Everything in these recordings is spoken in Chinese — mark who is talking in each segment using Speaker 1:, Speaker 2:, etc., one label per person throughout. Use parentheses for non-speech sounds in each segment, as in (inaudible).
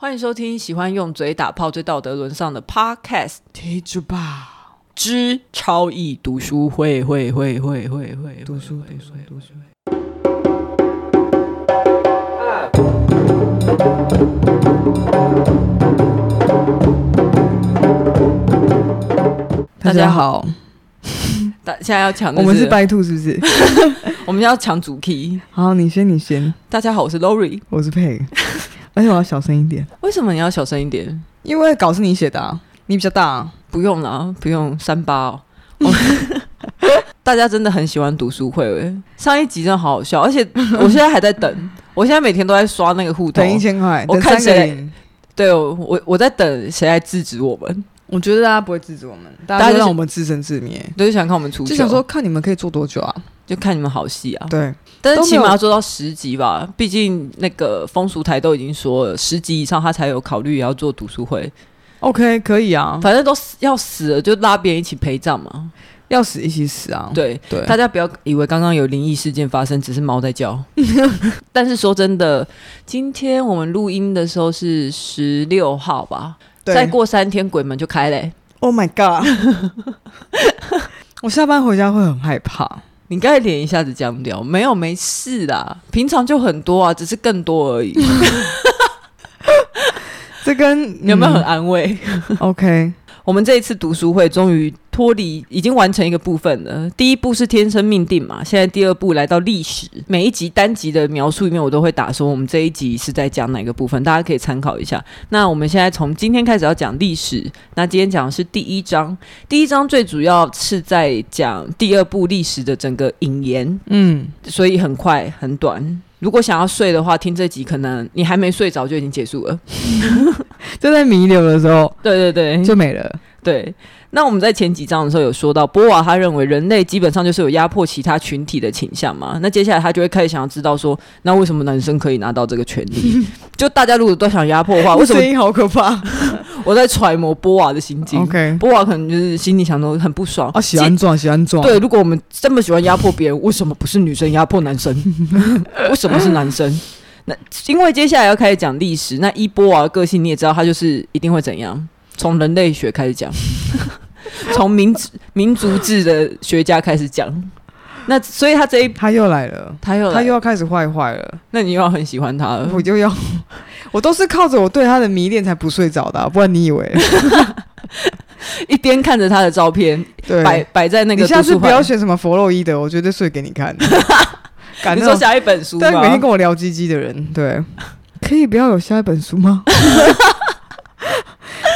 Speaker 1: 欢迎收听喜欢用嘴打炮、最道德沦丧的 Podcast，听住吧之超易读书会会会会会会读书读书读书。大家，好， (laughs) 大现在要抢的
Speaker 2: 我们是白兔是不 (laughs) 是？
Speaker 1: 我们要抢主 key。
Speaker 2: 好，你先，你先，
Speaker 1: 大家好，我是 Lori。
Speaker 2: 我是 (laughs) 佩，而且我要小声一点，
Speaker 1: 为什么你要小声一点？
Speaker 2: 因为稿是你写的、啊，你比较大、啊。
Speaker 1: 不用啦，不用三八哦。 (laughs) 大家真的很喜欢读书会欸，上一集真的好好笑， (laughs) 而且我现在还在等，我现在每天都在刷那个户头
Speaker 2: 等，一千块，
Speaker 1: 我
Speaker 2: 等
Speaker 1: 看
Speaker 2: 三个
Speaker 1: 谁
Speaker 2: 零，
Speaker 1: 对我我我在等谁来制止我们，
Speaker 2: 我觉得大家不会制止我们，大
Speaker 1: 大家就
Speaker 2: 家就是让我们自生自灭，
Speaker 1: 就是想看我们出糗，
Speaker 2: 就想说看你们可以做多久啊？
Speaker 1: 就看你们好戏啊。
Speaker 2: 对，
Speaker 1: 但是
Speaker 2: 都没
Speaker 1: 起
Speaker 2: 有
Speaker 1: 码要做到十集吧，毕竟那个风俗台都已经说了，十集以上他才有考虑要做读书会，
Speaker 2: OK，可以啊，
Speaker 1: 反正都死要死了，就拉别人一起陪葬嘛。
Speaker 2: 要死一起死啊！
Speaker 1: 对，
Speaker 2: 对，
Speaker 1: 大家不要以为刚刚有灵异事件发生，只是猫在叫。 (laughs) 但是说真的，今天我们录音的时候是十六号吧，
Speaker 2: 对
Speaker 1: 再过三天鬼门就开嘞、
Speaker 2: ，Oh my (laughs) God，我下班回家会很害怕。
Speaker 1: 你刚才脸一下子僵掉，没有没事啦，平常就很多啊，只是更多
Speaker 2: (laughs)
Speaker 1: 而已。
Speaker 2: 这 (laughs) 跟
Speaker 1: 你有没有很
Speaker 2: 嗯
Speaker 1: 安慰？
Speaker 2: OK？
Speaker 1: 我们这一次读书会终于脱离，已经完成一个部分了。第一步是天生命定嘛，现在第二步来到历史。每一集单集的描述里面，我都会打说我们这一集是在讲哪个部分，大家可以参考一下。那我们现在从今天开始要讲历史，那今天讲的是第一章，第一章最主要是在讲第二部历史的整个引言，
Speaker 2: (laughs) 嗯，
Speaker 1: 所以很快很短。如果想要睡的话，听这集可能你还没睡着就已经结束了。 (laughs)
Speaker 2: 就在弥留的时候
Speaker 1: 对对对，
Speaker 2: 就没了。
Speaker 1: 对，那我们在前几章的时候有说到，波娃他认为人类基本上就是有压迫其他群体的倾向嘛。那接下来他就会开始想要知道说，那为什么男生可以拿到这个权
Speaker 2: (laughs)
Speaker 1: 利？就大家如果都想压迫的话，为什么
Speaker 2: 声音好可 (laughs) 怕
Speaker 1: 我在揣摩波娃的心境
Speaker 2: ？OK，
Speaker 1: 波娃可能就是心里想说很不爽
Speaker 2: 啊，喜欢撞，喜欢撞，
Speaker 1: 对，，如果我们这么喜欢压迫别人，为什么不是女生压迫男
Speaker 2: (laughs)
Speaker 1: 生？为什么是男生？那因为接下来要开始讲历史，那伊波娃的个性你也知道，他就是一定会怎样？从人类学开始
Speaker 2: (laughs)
Speaker 1: 讲，从民族民族志的学家开始讲。那所以他这一
Speaker 2: 他又来了，
Speaker 1: 他又
Speaker 2: 他又要开始坏坏了，
Speaker 1: 那你又要很喜欢他了。
Speaker 2: 我就要，我都是靠着我对他的迷恋才不睡着的啊、不然你以
Speaker 1: (laughs)
Speaker 2: 为？
Speaker 1: 一边看着他的照片
Speaker 2: 对，
Speaker 1: 摆摆在那个
Speaker 2: 你下
Speaker 1: 读
Speaker 2: 次
Speaker 1: 书
Speaker 2: 不
Speaker 1: 会，
Speaker 2: 要选什么弗洛伊德，我绝对睡给你看。
Speaker 1: (laughs)
Speaker 2: 感
Speaker 1: 你说下一本书
Speaker 2: 对每天
Speaker 1: 吗？
Speaker 2: 跟我聊鸡鸡的人，
Speaker 1: (laughs)
Speaker 2: 对，可以不要有下一本书吗？ (laughs)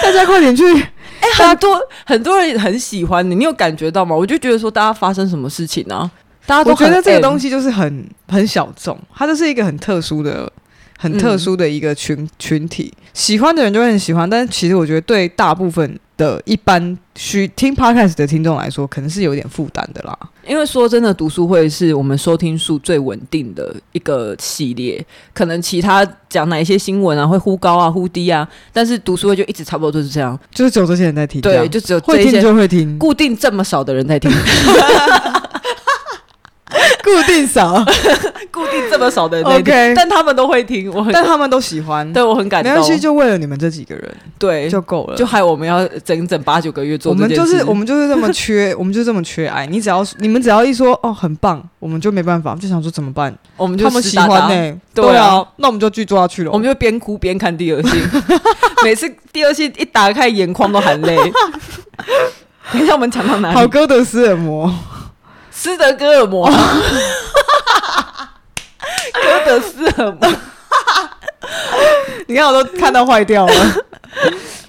Speaker 2: 大家快点去，
Speaker 1: (laughs) 很多很多人很喜欢你，你有感觉到吗？我就觉得说，大家发生什么事情啊？大家都
Speaker 2: 我觉得这个
Speaker 1: 西。
Speaker 2: 东西就是很很小众，它就是一个很特殊的、很
Speaker 1: 嗯
Speaker 2: 特殊的一个群、群体，喜欢的人就会很喜欢。但是其实我觉得对大部分的一般需听 podcast 的听众来说，可能是有点负担的啦。
Speaker 1: 因为说真的，读书会是我们收听数最稳定的一个系列，可能其他讲哪一些新闻啊会忽高啊忽低啊，但是读书会就一直差不多都是这样，
Speaker 2: 就是只有这些人在听，这
Speaker 1: 对，
Speaker 2: 样
Speaker 1: 就只有这
Speaker 2: 会
Speaker 1: 一
Speaker 2: 听
Speaker 1: 些
Speaker 2: 就会听，固
Speaker 1: 固定这么少的人在
Speaker 2: (laughs)
Speaker 1: 听，
Speaker 2: 固
Speaker 1: (laughs)
Speaker 2: 定少，
Speaker 1: 固定这么少的人在听
Speaker 2: OK
Speaker 1: 但他们都会听，我很
Speaker 2: 但他们都喜欢。
Speaker 1: 对我很感
Speaker 2: 没
Speaker 1: 动，
Speaker 2: 关系，就为了你们这几个人
Speaker 1: 对
Speaker 2: 就够了。
Speaker 1: 哦就害我们要整整八九个月做
Speaker 2: 我
Speaker 1: 这
Speaker 2: 们
Speaker 1: 件事，
Speaker 2: 就是我们就是这么缺，我们就这么缺爱。你只要你们只要一说哦很棒，我们就没办法，就想说怎么办？
Speaker 1: 我们就
Speaker 2: 他们
Speaker 1: 湿
Speaker 2: 喜
Speaker 1: 哒
Speaker 2: 欢
Speaker 1: 哒
Speaker 2: 呢、
Speaker 1: 对
Speaker 2: 对
Speaker 1: 啊
Speaker 2: 啊，那我们就继续做下去了。
Speaker 1: 我们就边哭边看第二性， (laughs) 每次第二性一打开，眼眶都含泪。等一下，我们讲到哪里？
Speaker 2: 好哥德斯尔摩，
Speaker 1: 斯德哥尔摩， (laughs) 哥德斯尔摩。
Speaker 2: 你看我都看到坏掉了。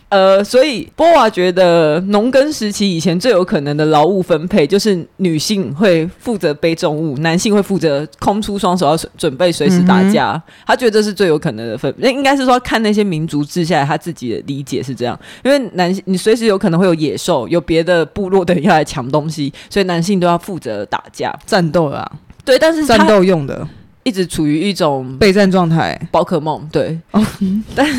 Speaker 1: 呃，所以波娃觉得农耕时期以前最有可能的劳务分配，就是女性会负责背重物，男性会负责空出双手要准准备随时打
Speaker 2: 嗯
Speaker 1: 架。他觉得这是最有可能的分，那应该是说看那些民族志下来，他自己的理解是这样。因为男性你随时有可能会有野兽，有别的部落的人要来抢东西，所以男性都要负责打架。
Speaker 2: (laughs) 战斗啦，
Speaker 1: 对，但是
Speaker 2: 战
Speaker 1: 他
Speaker 2: 斗用的
Speaker 1: 一直处于一种
Speaker 2: 备战状态。
Speaker 1: 宝可梦，对，
Speaker 2: 哦
Speaker 1: (laughs) 但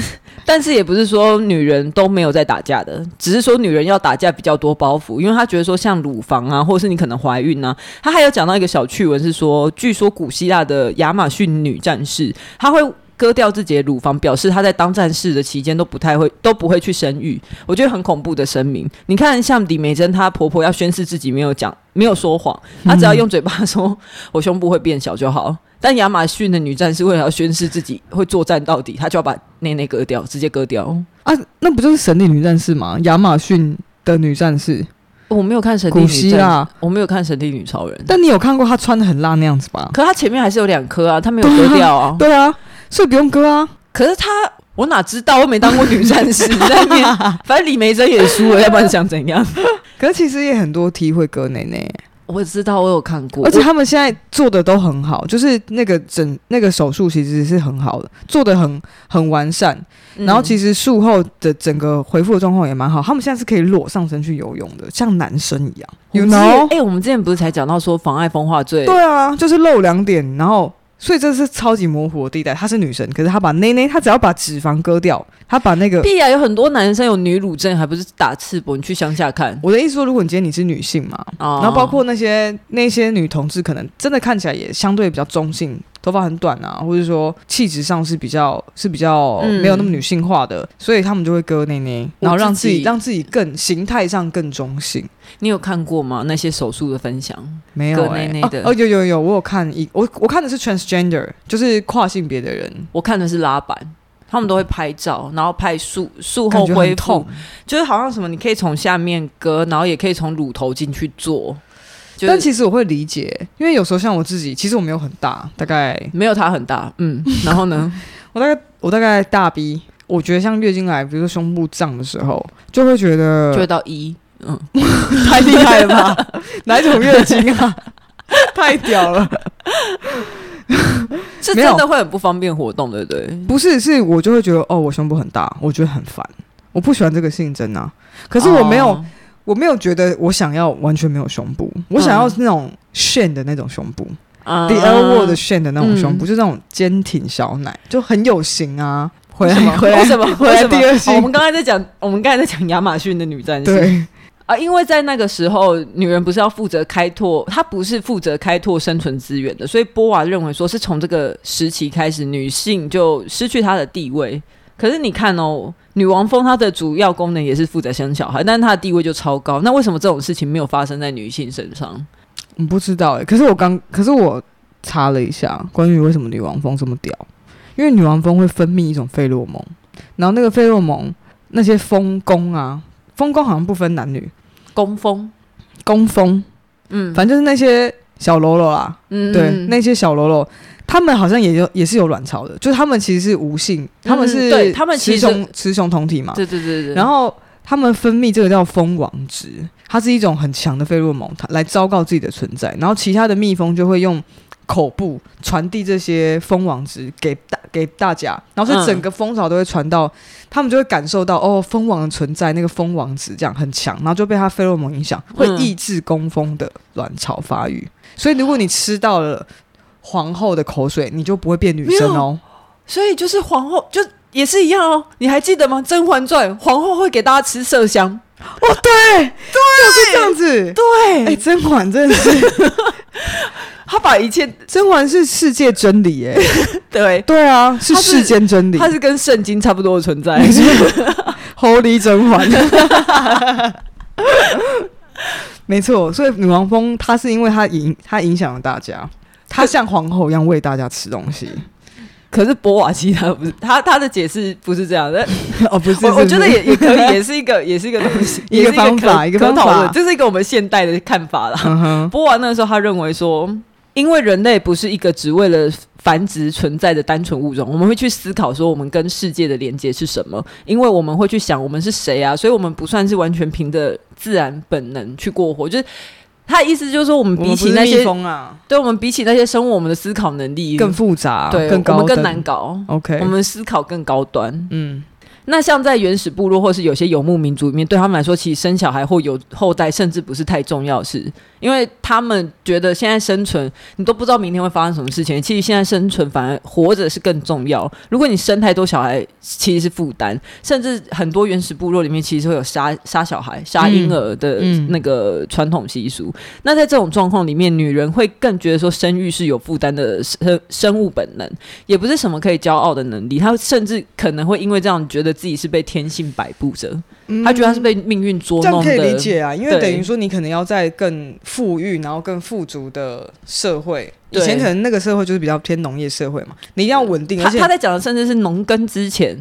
Speaker 1: 但是也不是说女人都没有在打架的，只是说女人要打架比较多包袱，因为她觉得说像乳房啊，或者是你可能怀孕啊，她还有讲到一个小趣闻是说，据说古希腊的亚马逊女战士，她会割掉自己的乳房，表示她在当战士的期间都不太会都不会去生育，我觉得很恐怖的声明。你看，像李美珍她婆婆要宣誓自己没有讲没有说谎，她只要用嘴巴说、我胸部会变小就好。但亚马逊的女战士为了要宣誓自己会作战到底，她就要把内内割掉，直接割掉。
Speaker 2: 啊，那不就是神力女战士吗？亚马逊的女战士，
Speaker 1: 我没有看神力
Speaker 2: 古
Speaker 1: 女
Speaker 2: 希
Speaker 1: 战，
Speaker 2: 腊。
Speaker 1: 我没有看神力女超人，
Speaker 2: 但你有看过她穿的很辣那样子吧？
Speaker 1: 可她前面还是有两颗啊，她没有割掉 (laughs) 啊。
Speaker 2: 对啊，所以不用割啊。
Speaker 1: 可是她，我哪知道？我没当过女战士，你在那 (laughs) 边，反正李梅珍也输了，要不然想怎样？
Speaker 2: 可是其实也很多 T 会割内内，
Speaker 1: (laughs) 我知道，我有看过，
Speaker 2: 而且他们现在做的都很好，就是那个整那个手术其实是很好的，做的很很完善。
Speaker 1: 嗯
Speaker 2: 然后其实术后的整个恢复的状况也蛮好，他们现在是可以裸上身去游泳的，像男生一样，you
Speaker 1: 我们之前
Speaker 2: know？
Speaker 1: 哎、我们之前不是才讲到说妨碍风化罪？
Speaker 2: 对啊，就是露两点，然后所以这是超级模糊的地带。她是女神，可是她把内内，她只要把脂肪割掉，她把那个
Speaker 1: 屁啊！有很多男生有女乳症，还不是打赤膊？你去乡下 (laughs) 看
Speaker 2: 我的意思说，如果你今天你是女性嘛，
Speaker 1: 啊
Speaker 2: 然后包括那些那些女同志，可能真的看起来也相对比较中性，头发很短啊，或者说气质上是比较是比较
Speaker 1: 嗯
Speaker 2: 没有那么女性化的，所以他们就会割内内，
Speaker 1: 我
Speaker 2: 然后让
Speaker 1: 自
Speaker 2: 自
Speaker 1: 己
Speaker 2: 己让自己更形态上更中性。
Speaker 1: 你有看过吗？那些手术的分享，
Speaker 2: 没有、欸、
Speaker 1: 割内内的
Speaker 2: 哦，哦有有有，我有看一我我看的是 transgender，就是跨性别的人，
Speaker 1: 我看的是拉板。他们都会拍照，然后拍术术
Speaker 2: 感
Speaker 1: 后
Speaker 2: 觉
Speaker 1: 恢
Speaker 2: 很
Speaker 1: 复
Speaker 2: 痛，，
Speaker 1: 就是好像什么，你可以从下面割，然后也可以从乳头进去做，就
Speaker 2: 但
Speaker 1: 是
Speaker 2: 其实我会理解，因为有时候像我自己，其实我没有很大，大概
Speaker 1: 没有它很大，嗯，然后呢，
Speaker 2: 我大概我大概大 B，我觉得像月经来，比如说胸部胀的时候，就会觉
Speaker 1: 就
Speaker 2: 得
Speaker 1: 会到一，嗯，
Speaker 2: 呃太厉害了
Speaker 1: (laughs)
Speaker 2: 吧？ (laughs) 哪一种月经啊？ (laughs) 太
Speaker 1: (laughs)
Speaker 2: 屌了！
Speaker 1: 是
Speaker 2: 没有
Speaker 1: 真的会很不方便活动，对不对？
Speaker 2: 不是，是我就会觉得哦，我胸部很大，我觉得很烦，我不喜欢这个性征啊。可是我没有，
Speaker 1: 哦
Speaker 2: 我没有觉得我想要完全没有胸部，我
Speaker 1: 嗯
Speaker 2: 想要那种炫的那种胸部、
Speaker 1: 啊
Speaker 2: t h e L word 的炫的那种胸部，
Speaker 1: 嗯
Speaker 2: 就是那种坚挺小奶，就很有型啊。回
Speaker 1: 为什么
Speaker 2: 来，回来
Speaker 1: 为，什么？
Speaker 2: 回来
Speaker 1: 为什么
Speaker 2: 第二
Speaker 1: 哦
Speaker 2: 性
Speaker 1: 我们刚才在讲，我们刚才在讲亚马逊的女战士
Speaker 2: 对，
Speaker 1: 啊，因为在那个时候，女人不是要负责开拓，她不是负责开拓生存资源的，所以波娃认为说是从这个时期开始，女性就失去她的地位。可是你看哦，女王蜂她的主要功能也是负责生小孩，但是她的地位就超高。那为什么这种事情没有发生在女性身上？
Speaker 2: 我不知道哎、可是我刚，可是我查了一下关于为什么女王蜂这么屌，因为女王蜂会分泌一种费洛蒙，然后那个费洛蒙那些蜂工啊，蜂工好像不分男女，
Speaker 1: 工蜂，
Speaker 2: 工蜂，
Speaker 1: 嗯
Speaker 2: 反正就是那些小喽啰啦，
Speaker 1: 嗯
Speaker 2: 对，
Speaker 1: 嗯
Speaker 2: 那些小喽啰。他们好像也有也是有卵巢的，就是他们其实是无性，他们
Speaker 1: 嗯
Speaker 2: 是
Speaker 1: 对他们其实
Speaker 2: 雌雄雌雄同体嘛，
Speaker 1: 对对对对，
Speaker 2: 然后他们分泌这个叫蜂王质，它是一种很强的费洛蒙，它来昭告自己的存在。然后其他的蜜蜂就会用口部传递这些蜂王质给大给大家，然后所
Speaker 1: 嗯
Speaker 2: 以整个蜂巢都会传到，他们就会感受到哦蜂王的存在，那个蜂王质这样很强，然后就被它费洛蒙影响，会
Speaker 1: 嗯
Speaker 2: 抑制工蜂的卵巢发育。所以如果你吃到了。皇后的口水，你就不会变女生哦。
Speaker 1: 所以就是皇后就也是一样哦，你还记得吗？《甄嬛传》皇后会给大家吃麝香，
Speaker 2: 就是这样子。
Speaker 1: 对
Speaker 2: 哎、甄嬛真的是，
Speaker 1: 她把一切
Speaker 2: 甄嬛是世界真理耶、
Speaker 1: 对，
Speaker 2: 对啊，是
Speaker 1: 它是
Speaker 2: 世间真理，
Speaker 1: 她是跟圣经差不多的存在，
Speaker 2: 嗯猴狸甄嬛。 (laughs) 没错，所以女王蜂她是因为她影她影响了大家，她像皇后一样喂大家吃东西。
Speaker 1: (laughs) 可是波瓦西他不是他他的解释不是这样的，
Speaker 2: (laughs) 哦，不 (laughs) 是，
Speaker 1: 我我觉得
Speaker 2: 是
Speaker 1: 也也可以，也是一个也是一个东西，
Speaker 2: (laughs) 一
Speaker 1: 也
Speaker 2: 个
Speaker 1: 是
Speaker 2: 方法
Speaker 1: 可
Speaker 2: 一个
Speaker 1: 可
Speaker 2: 方
Speaker 1: 讨论
Speaker 2: 法
Speaker 1: 这是一个我们现代的看法啦。
Speaker 2: (laughs) 嗯哼，
Speaker 1: 波瓦那个时候他认为说，因为人类不是一个只为了繁殖存在的单纯物种，我们会去思考说我们跟世界的连接是什么，因为我们会去想我们是谁啊，所以我们不算是完全凭着自然本能去过活，就是。他的意思就是说，我们比起那
Speaker 2: 我们不是蜜
Speaker 1: 些，
Speaker 2: 蜂啊，
Speaker 1: 对我们比起那些生物，我们的思考能力
Speaker 2: 更复杂，
Speaker 1: 对，
Speaker 2: 更
Speaker 1: 我
Speaker 2: 高
Speaker 1: 们
Speaker 2: 等，
Speaker 1: 更难搞。
Speaker 2: OK，
Speaker 1: 我们思考更高端。
Speaker 2: 嗯，
Speaker 1: 那像在原始部落或是有些游牧民族里面，对他们来说，其实生小孩或有后代甚至不是太重要的事，因为他们觉得现在生存，你都不知道明天会发生什么事情。其实现在生存反而活着是更重要。如果你生太多小孩，其实是负担，甚至很多原始部落里面其实会有杀杀小孩、杀婴儿的
Speaker 2: 嗯嗯
Speaker 1: 那个传统习俗。那在这种状况里面，女人会更觉得说生育是有负担的生生物本能。也不是什么可以骄傲的能力，他甚至可能会因为这样觉得自己是被天性摆布着，
Speaker 2: 嗯
Speaker 1: 他觉得他是被命运捉
Speaker 2: 这样
Speaker 1: 弄的。
Speaker 2: 可以理解啊，因为
Speaker 1: 对
Speaker 2: 等于说你可能要在更富裕，然后更富足的社会，以
Speaker 1: 对
Speaker 2: 前可能那个社会就是比较偏农业社会嘛，你一定要稳定，
Speaker 1: 他
Speaker 2: 而且
Speaker 1: 他在讲的甚至是农耕之前，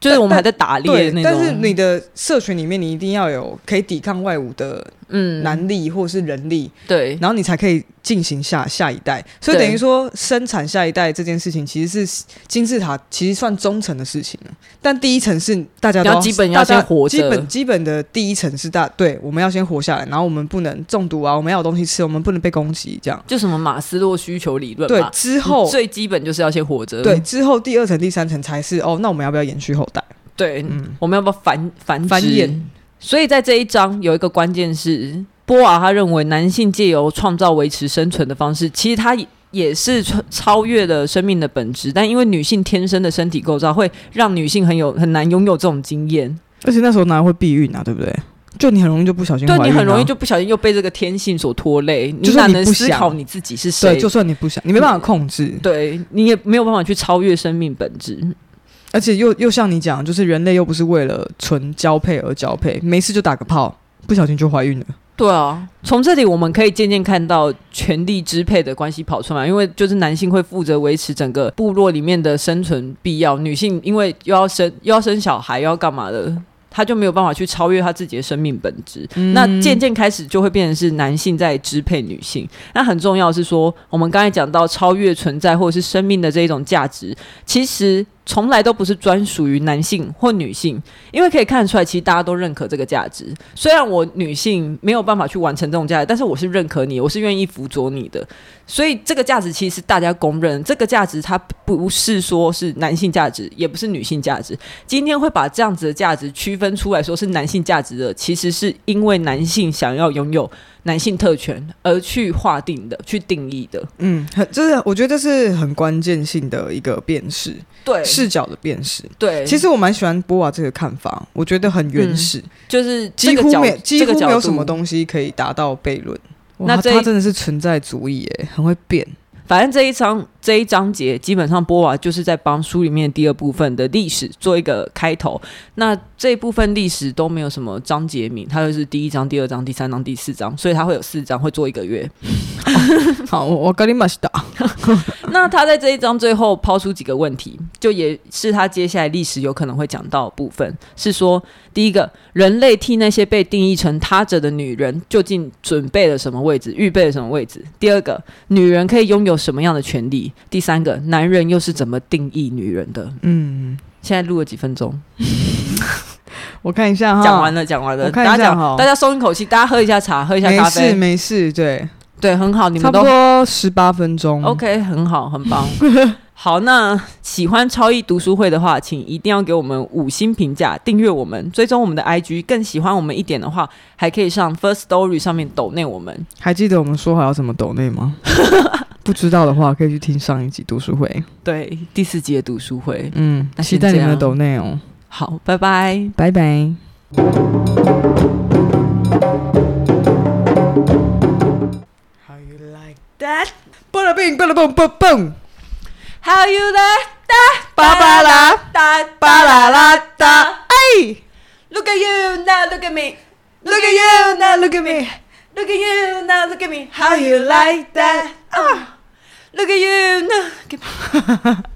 Speaker 1: 就是
Speaker 2: 但
Speaker 1: 我们还在打猎
Speaker 2: 对
Speaker 1: 那，种。
Speaker 2: 但是你的社群里面你一定要有可以抵抗外武的
Speaker 1: 嗯
Speaker 2: 男力或是人力，
Speaker 1: 对
Speaker 2: 然后你才可以进行下下一代，所以
Speaker 1: 对
Speaker 2: 等于说生产下一代这件事情其实是金字塔其实算中层的事情了，但第一层是大家都
Speaker 1: 要基本
Speaker 2: 大
Speaker 1: 要
Speaker 2: 家
Speaker 1: 先活着
Speaker 2: 基本基本的第一层是大对，我们要先活下来，然后我们不能中毒啊，我们要有东西吃，我们不能被攻击这样。
Speaker 1: 就什么马斯洛需求理论
Speaker 2: 对
Speaker 1: 嘛，，
Speaker 2: 之后
Speaker 1: 最基本就是要先活着。
Speaker 2: 对之后第二层第三层才是哦，那我们要不要延续后代？
Speaker 1: 对，
Speaker 2: 嗯，
Speaker 1: 我们要不要繁繁殖
Speaker 2: 繁衍？
Speaker 1: 所以在这一章有一个关键是，波娃他认为男性借由创造维持生存的方式，其实他也也是超超越了生命的本质，但因为女性天生的身体构造会让女性很有很难拥有这种经验，
Speaker 2: 而且那时候哪会避孕啊，对不对？就你很容易就不小心怀
Speaker 1: 对
Speaker 2: 孕啊、
Speaker 1: 你很容易就不小心又被这个天性所拖累，
Speaker 2: 就
Speaker 1: 你
Speaker 2: 算
Speaker 1: 哪
Speaker 2: 你
Speaker 1: 能
Speaker 2: 不
Speaker 1: 思
Speaker 2: 想
Speaker 1: 考你自己是谁？
Speaker 2: 对，就算你不想，你没办法控制。
Speaker 1: 对你也没有办法去超越生命本质，
Speaker 2: 而且又又像你讲，就是人类又不是为了纯交配而交配，没事就打个炮，不小心就怀孕了。
Speaker 1: 对啊，从这里我们可以渐渐看到权力支配的关系跑出来，因为就是男性会负责维持整个部落里面的生存必要，女性因为又要生又要生小孩又要干嘛的，她就没有办法去超越她自己的生命本质。
Speaker 2: 嗯
Speaker 1: 那渐渐开始就会变成是男性在支配女性。那很重要的是说，我们刚才讲到超越存在或者是生命的这一种价值，其实从来都不是专属于男性或女性，因为可以看得出来，其实大家都认可这个价值。虽然我女性没有办法去完成这种价值，但是我是认可你，我是愿意辅佐你的。所以这个价值其实是大家公认，这个价值它不是说是男性价值，也不是女性价值。今天会把这样子的价值区分出来说是男性价值的，其实是因为男性想要拥有男性特权而去划定的、去定义的。
Speaker 2: 嗯，很就是我觉得这是很关键性的一个辨识
Speaker 1: 对，
Speaker 2: 视角的辨识。
Speaker 1: 对，
Speaker 2: 其实我蛮喜欢波瓦这个看法，我觉得很原始，
Speaker 1: 就是这
Speaker 2: 几
Speaker 1: 个
Speaker 2: 乎
Speaker 1: 角
Speaker 2: 没几
Speaker 1: 嗯这个
Speaker 2: 乎
Speaker 1: 角
Speaker 2: 没有
Speaker 1: 度
Speaker 2: 什么东西可以达到悖论。哇
Speaker 1: 那
Speaker 2: 他
Speaker 1: 这一
Speaker 2: 他真的是存在主义耶，很会
Speaker 1: (laughs)
Speaker 2: 变。
Speaker 1: 反正这一章这一章节，基本上波娃就是在帮书里面第二部分的历史做一个开头。那这一部分历史都没有什么章节名，它就是第一章、第二章、第三章、第四章，所以它会有四章，会做一个月。
Speaker 2: 好，我我跟你马西达，
Speaker 1: (laughs) 那他在这一章最后抛出几个问题，就也是他接下来历史有可能会讲到的部分，是说第一个，人类替那些被定义成他者的女人究竟准备了什么位置，预备了什么位置？第二个，女人可以拥有什么样的权利？第三个，男人又是怎么定义女人的？
Speaker 2: 嗯，
Speaker 1: 现在录了几分钟，
Speaker 2: 我看一下哈，
Speaker 1: 讲完了，讲完了，
Speaker 2: 我哦看一
Speaker 1: 大
Speaker 2: 下
Speaker 1: 家讲
Speaker 2: 哈
Speaker 1: 大家松一口气，大家喝一下茶，喝一下
Speaker 2: 没
Speaker 1: 咖
Speaker 2: 事
Speaker 1: 啡，
Speaker 2: 没事，对，
Speaker 1: 对，很好，你
Speaker 2: 差
Speaker 1: 们
Speaker 2: 不
Speaker 1: 都
Speaker 2: 多十八分钟。
Speaker 1: OK，很好，很棒。 (laughs) 好，那喜欢超易读书会的话，请一定要给我们五星评价，订阅我们，追踪我们的 IG。更喜欢我们一点的话，还可以上 First Story 上面抖内我们。
Speaker 2: 还记得我们说好要怎么抖内吗？
Speaker 1: (laughs)
Speaker 2: 不知道的话，可以去听上一集读书会。
Speaker 1: 对，第四集的读书会。
Speaker 2: 嗯，
Speaker 1: 那
Speaker 2: 期
Speaker 1: 先
Speaker 2: 待你们的
Speaker 1: 这
Speaker 2: 抖内哦，
Speaker 1: 好，拜拜。
Speaker 2: 拜拜。How you like that？蹦了蹦，蹦了蹦，蹦蹦，
Speaker 1: How you like
Speaker 2: 巴巴啦，
Speaker 1: that?
Speaker 2: 巴啦啦哒，哎
Speaker 1: Look at you now, look at me.
Speaker 2: ，Look at you now, look at me。
Speaker 1: Look at you now, look at me. How you like that? Ah, look at you now.